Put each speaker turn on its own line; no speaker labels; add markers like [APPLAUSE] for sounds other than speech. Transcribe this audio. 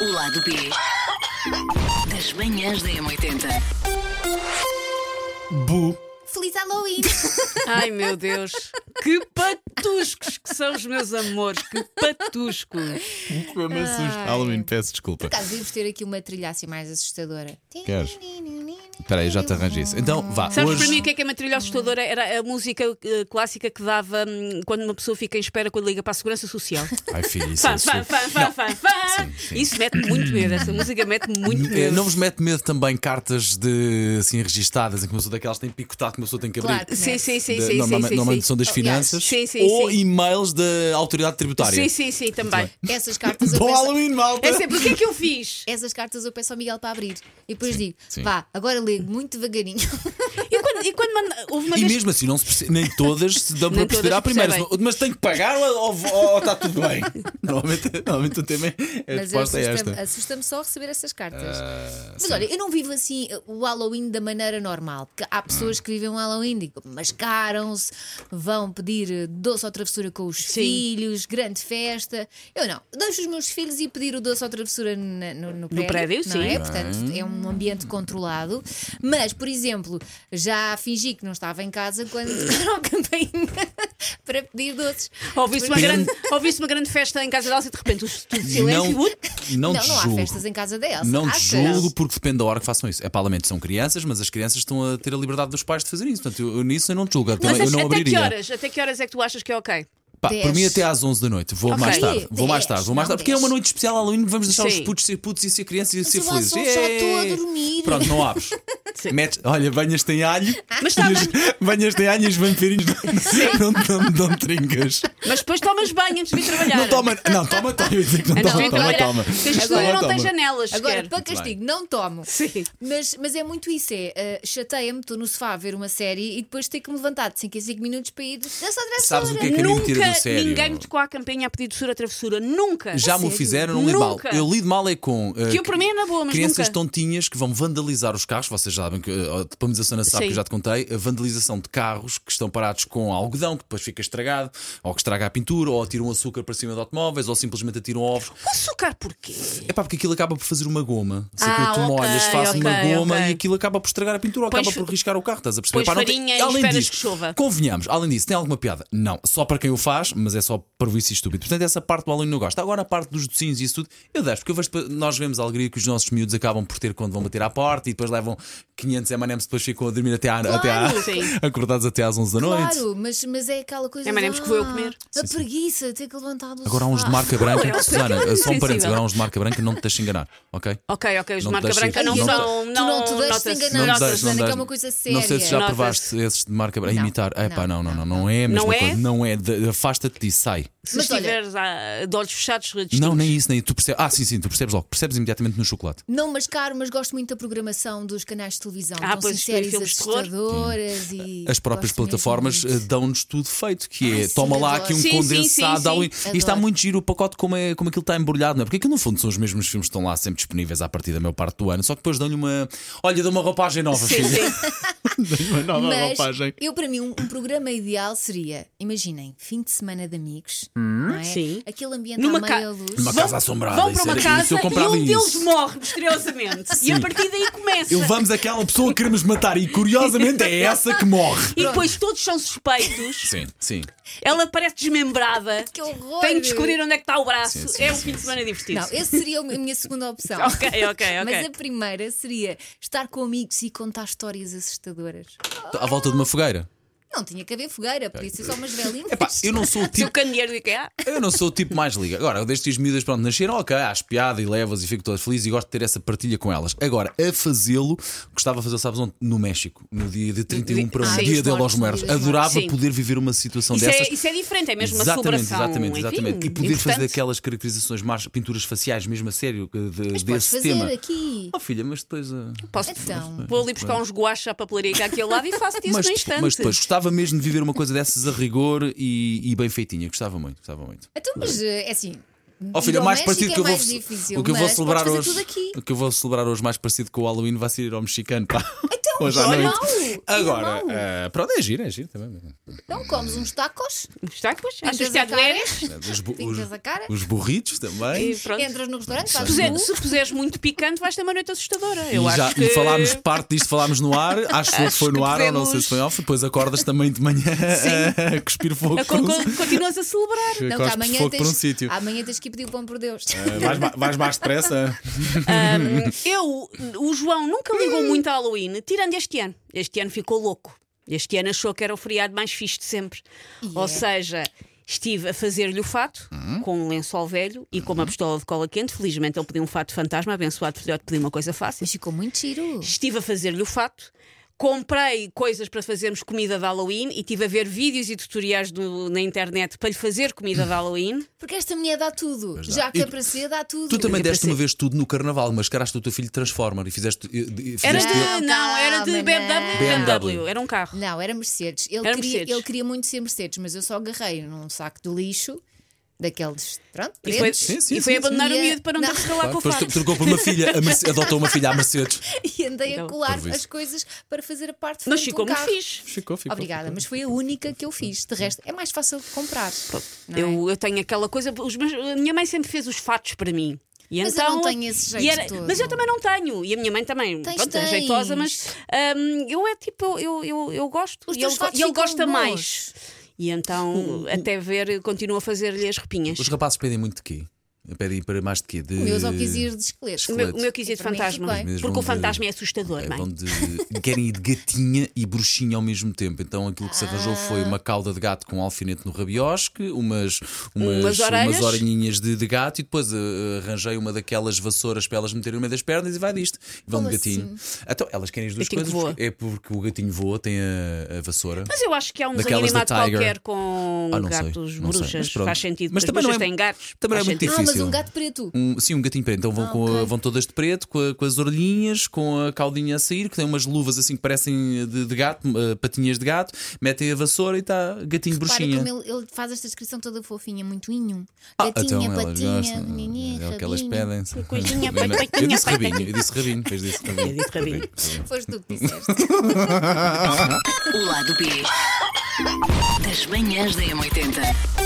O lado B das manhãs da M80.
Bu.
Feliz Halloween!
Ai meu Deus, que patuscos que são os meus amores, que patuscos.
Eu me assusto.
Ai.
Halloween, peço desculpa.
Caso devíamos ter aqui uma trilha assim mais assustadora.
Queres? Espera aí, já te arranjo isso. Então, vá.
Sabes
hoje...
para mim o que é que é uma trilha assustadora? Era a música eh, clássica que dava hum, quando uma pessoa fica em espera quando liga para a Segurança Social.
Ai, filho, isso
Fá,
é
fá,
super-
fá, fá, fá, fá.
Sim, sim.
Isso mete-me muito medo, essa música mete-me muito
Eh, Não
medo.
vos mete medo também cartas de assim registadas em que uma pessoa daquelas tem picotado que uma pessoa tem que abrir.
Claro.
Sim, sim, sim,
De-
sim, sim,
normalmente,
sim,
normalmente
sim.
são das
Oh, yes.
finanças
Sim, sim,
ou
sim.
e-mails da autoridade tributária.
Sim, sim, sim, também.
Essas cartas eu
Bom
peço.
Halloween, malta!
É sempre o que é que eu fiz?
Essas cartas eu peço ao Miguel para abrir. E depois
Sim,
digo,
sim.
vá, agora lê muito devagarinho.
E quando, e quando manda- houve uma
E
vez.
mesmo assim, não se perce- nem todas se dão
[LAUGHS] Nem
para perceber
todas
à primeira.
percebem.
Se- Mas tem que pagar ou, ou- ou está tudo bem? [LAUGHS] Normalmente, normalmente o tema é. A
Mas eu
resposta é
assusta-me
esta. Ah,
assusta-me só receber essas cartas. mas olha, eu não vivo assim uh, o Halloween da maneira normal. Porque há
Hum.
pessoas que vivem o Halloween, digo, mascaram-se, vão pedir uh, doce ou travessura com os
Sim.
filhos, grande festa. Eu não. Deixo os meus filhos ir pedir o doce ou travessura na- no, no prédio.
prédio,
não
sim.
É? Portanto, é um ambiente controlado. Mas, por exemplo, já fingi que não estava em casa quando [COUGHS] tocaram a campainha [LAUGHS] para pedir doces.
Ouvi-se uma,
Tem-
grande- ouvi-se uma grande festa em casa delas e de repente o
Não,
silêncio.
não,
é não,
te
não há
julgo.
festas em casa da Elsa.
Não
Há
te
festas.
julgo porque depende da hora que façam isso. É parlamento, são crianças, mas as crianças estão a ter a liberdade dos pais de fazer isso. Portanto, eu, eu nisso eu não te julgo. Eu, também- eu
Mas
não
até que
abriria.
horas? Até que horas é que tu achas que é ok?
Pá,
Dez.
por mim até às 11 da noite. Vou
Ok.
mais tarde. Vou mais
Dez,
tarde. Vou mais
não
tarde. Porque é uma
dez.
noite especial Halloween. Vamos deixar os
Sim.
putos ser putos e ser crianças e ser
eu
felizes.
às 11 já estou a
Ê!
dormir.
Pronto, não abres.
[LAUGHS] Sim.
Metes, olha, banhas tem alho.
Mas tá
e as- [LAUGHS] Banhas tem alho e os vampirinhos [LAUGHS] não, não, não, não trincas.
Mas depois tomas banho antes de ir trabalhar.
Não toma, não toma, toma. Eu ia dizer que não
Antes de
toma,
ir
toma,
trabalhar.
toma.
Tens Então, que
Toma,
não
toma.
tem janelas.
Agora,
sequer.
para castigo, não tomo.
Sim.
Mas, mas é muito isso: é uh, chateia-me, estou no sofá a ver uma série e depois ter que me levantar de 5 a 5 minutos para ir. Dessa
Sabes o que é que a mim me tira do
Nunca
sério?
ninguém me tocou à campanha a pedir doçura travessura. Nunca.
Já me o
sério?
fizeram, não lido mal.
Nunca.
Eu lido mal é com. eh,
Que eu, para mim, é na boa, mas
Crianças
nunca.
tontinhas que vão vandalizar os carros, vocês já sabem que eh, a depamização na SAP que
Sim.
eu já te contei, a vandalização de carros que estão parados com algodão que depois fica estragado, ou que estraga a pintura, ou tiram açúcar para cima de automóveis, ou simplesmente atiram ovos.
Açúcar porquê?
É pá, porque aquilo acaba por fazer uma goma. Se
Ah,
aquilo tu
ok,
molhas, faz
ok,
uma goma
ok.
e aquilo acaba por estragar a pintura ou
Pões
acaba
fa-
por riscar o carro, estás a perceber?
pões
não tem-
farinha e esperas que chova.
Convenhamos, além disso, tem alguma piada? Não, só para quem o faz, mas é só prejuízo e estúpido. Portanto, essa parte do aluno não gosta. Agora, a parte dos docinhos e isso tudo, eu deixo, porque eu vejo, nós vemos a alegria que os nossos miúdos acabam por ter quando vão bater à porta e depois levam 500 M&M's depois ficam a dormir até à, até à-
sim.
[LAUGHS] acordados até às 11 da noite.
Claro, mas, mas é aquela coisa.
É, mas nem
de,
que eu vou
ah,
comer.
A preguiça, ter que levantar do
Agora há uns de
sofá.
marca branca,
Não, [LAUGHS] é
Susana, só um parênteses,
sensível.
agora há uns de marca branca, não te deixes enganar, ok?
Ok, ok, os
Não
de marca
te
branca
deixes-
não
não te-
são.
Tu
Não,
não te deixes
nota-se.
enganar,
Não
Não
te
te
deixes, não
Susana,
te
que é
deixes.
uma coisa
Não sei se já
séria.
Nota-se.
provaste esses de marca branca.
Não,
Imitar. É pá, não, não, não, não é a
Não
mesma
é?
coisa. Não é. De- Afasta-te disso, sai.
Se
Mas olha-
estiveres ah, de olhos fechados,
Não,
distingues.
nem isso, nem tu percebes. Ah, sim, sim, tu percebes logo. Percebes imediatamente no chocolate.
Não mascaro, mas gosto muito da programação dos canais de televisão.
Ah,
Estão
pois,
séries
filmes de terror.
assustadoras e.
As próprias
gosto mesmo
plataformas
muito.
eh, dão-nos tudo feito, que é
Ai, sim,
toma lá
adoro.
aqui um
Sim, sim,
condensado.
sim, sim.
ao in- E está
Adoro.
muito giro o pacote como, é, como aquilo está embrulhado, não é? Porque aquilo no fundo são os mesmos filmes que estão lá sempre disponíveis à partida da maior parte do ano, só que depois dão-lhe uma. Olha, dá uma roupagem nova,
Sim,
filho.
sim.
Dão-lhe uma nova
Mas
roupagem.
eu, para mim, um, um programa ideal seria, imaginem, fim de semana de amigos,
Hum?
não é?
Sim.
aquele ambiente
Numa
à meia
ca-
luz.
Numa casa assombrada.
Vão
isso
para uma
era- isso
casa
eu
e
comprava
um deles
isso.
morre misteriosamente. E a partir daí começa.
Levamos aquela pessoa que queremos matar e curiosamente é essa que morre.
E depois todos são suspeitos.
Sim, sim.
Ela parece desmembrada.
[LAUGHS] Que horror!
Tem de descobrir onde é que está o braço.
Sim, sim,
é um
sim,
fim de semana divertido.
Não, essa seria a minha
[LAUGHS]
segunda opção.
Ok, ok, ok.
Mas a primeira seria estar com amigos e contar histórias assustadoras.
À volta de uma fogueira.
Não tinha que haver fogueira, podia ser só umas velhinhas.
Epá, eu não sou o
Seu
tipo.
candeeiro do IKEA.
Eu não sou o tipo mais liga. Agora, eu deixo que as miúdas pronto nasceram, ok, acho piada e levo-as e fico todas felizes e gosto de ter essa partilha com elas. Agora, a fazê-lo, gostava de fazer, sabes onde? No México, no dia de 31 para o
Ah, sim,
dia
os
de
mortos,
aos Muertos.
os mortos.
Adorava
Sim.
poder viver uma situação
Isso,
dessas.
é, isso é diferente, é mesmo
exatamente,
uma celebração.
exatamente, exatamente.
enfim,
e poder
importante.
fazer aquelas caracterizações mais pinturas faciais, mesmo a sério, que- de-
Podes
desse
fazer
tema.
aqui.
Oh filha, mas depois. ah,
Posso
Então.
Vou ali buscar uns guachos à papelaria que há aqui ao lado e faço disso
mas,
no instante.
mas depois gostava mesmo de viver uma coisa dessas a rigor e, e bem feitinha. Gostava muito, gostava muito.
Então, mas eh, é assim.
Ó filha,
ir ao
mais
México
parecido
é
que eu vou
mais difícil,
o que eu vou
mas
celebrar
podes
hoje,
fazer tudo aqui.
o que eu vou celebrar hoje mais parecido com o Halloween vai ser ir ao mexicano, pá.
Então,
hoje à noite.
Irmão,
Agora,
irmão.
eh, pronto, é giro, é giro também.
Então comes uns tacos,
Está com as
pintas a cara,
adereças.
É Os, bu-
[LAUGHS] pintas a cara,
os burritos também.
E pronto.
entras no restaurante,
Se
fazes
puser-
um-
se puseres muito picante, vais ter uma noite assustadora. Eu
e,
acho
já,
que
e falámos parte disto, falámos no
[LAUGHS]
ar, acho, que
Acho
foi no
que
ar, ou não
podemos-
sei se foi off, depois acordas também de
[LAUGHS]
manhã [LAUGHS] a cuspir fogo.
a
por um-
[LAUGHS] con- con- continuas a celebrar.
Não,
cuspes
que amanhã
fogo por um
tens, Ah.
sítio.
amanhã tens que ir pedir o pão por Deus.
Eh, Vais, ma- vais mais
[LAUGHS]
depressa?
Hum, Eu, o João nunca ligou muito a Halloween, tirando este ano. Este ano ficou louco. Este ano achou que era o feriado mais fixe de sempre.
E é.
Ou seja, estive a fazer-lhe o fato com um lençol velho e com uma pistola de cola quente. Felizmente ele pediu um fato fantasma, abençoado filhote, pediu uma coisa fácil.
Mas ficou muito giro.
Estive a fazer-lhe o fato. Comprei coisas para fazermos comida de Halloween e estive a ver vídeos e tutoriais do- na internet para lhe fazer comida de Halloween.
Porque esta mulher dá tudo.
dá.
Já que
E
é para ser, dá tudo.
Tu também
Porque
deste
parece-
uma vez tudo no carnaval, mascaraste o teu filho de Transformer e fizeste. e- e- fizeste
Era
ele-
de. Não, era de
Calma,
BMW.
BMW.
Era um carro.
Não, era Mercedes. Ele,
Era
queria,
Mercedes.
ele queria muito ser Mercedes, mas eu só agarrei num saco de lixo, daqueles. Pronto,
E foi,
pretos.
Sim, sim,
e foi
sim, sim.
abandonar
E
o
a-
miúdo para não ter
Não.
que se calar
Pá,
com o
Depois
fato.
tro- trocou por uma filha, a Merce- adotou uma filha à Mercedes.
[LAUGHS] E andei a
Então,
colar
por isso.
as coisas para fazer a parte de
Mas
frente de
ficou
um
muito
carro.
fixe.
[LAUGHS] Ficou, ficou.
Obrigada, mas foi a única que eu fiz. De resto, é mais fácil de comprar. não é?
Eu, eu tenho aquela coisa. os meus- a minha mãe sempre fez os fatos para mim. E
Mas eu
então,
não tenho esse jeito
e era-
todo.
Mas eu também não tenho. E a minha mãe também.
Tens,
pronto, é
tens.
jeitosa, mas hum, eu é tipo, eu, eu, eu gosto.
Os
e
teus
ele, go-
fatos
e ele
ficam
gosta
bons.
mais. E então, até ver, continuo a fazer-lhe as repinhas.
Os rapazes pedem muito de quê? Pedem para mais de quê? De...
O meu só quis ir de esqueleto.
O meu, o meu quis ir de
Para mim,
fantasma.
tudo
bem.
Porque
Mesmo
o
de-
fantasma é assustador,
É,
mãe.
vão de... Querem ir de gatinha e bruxinha ao mesmo tempo. Então aquilo que se arranjou
Ah.
foi uma cauda de gato com um alfinete no rabiosque, umas, umas,
Umas orelhas.
orelhinhas de, de gato e depois eh, arranjei uma daquelas vassouras para elas meterem no meio das pernas e vai disto. E vão
Como assim?
de gatinho. Então elas querem as duas
Gatinho que
coisas.
voa.
porque- É porque o gatinho voa, tem a, a vassoura.
Mas eu acho que há um desenho
Daquelas da
animado
Tiger.
qualquer com
Ah, não sei,
gatos,
não sei,
bruxas.
mas pronto.
Faz sentido.
Mas
porque
também
as
não
bruxas
é-
têm gatos.
também é
Faz
muito
sentido.
Ah, mas
Difícil.
um gato preto.
Um- sim, um gatinho preto. Então vão,
Ah,
com a-
ok.
vão todas de preto, com, a- com as orelhinhas, com a caudinha a sair, que tem umas luvas assim que parecem de, de gato, eh, patinhas de gato, metem a vassoura e está gatinho
Para
bruxinha.
como ele, ele faz esta descrição toda fofinha, muitinho.
Ah,
Gatinha,
então elas
é patinha,
gostam.
menininha,
é o que elas
rabinho.
pedem. [LAUGHS]
Coisinha,
Eu não- eu
patinha,
disse rabinho,
patinha.
eu disse rabinho, depois disse [LAUGHS]
Eu
rabinho.
disse rabinho.
Foste tu que disseste.
O lado B das manhãs da M80.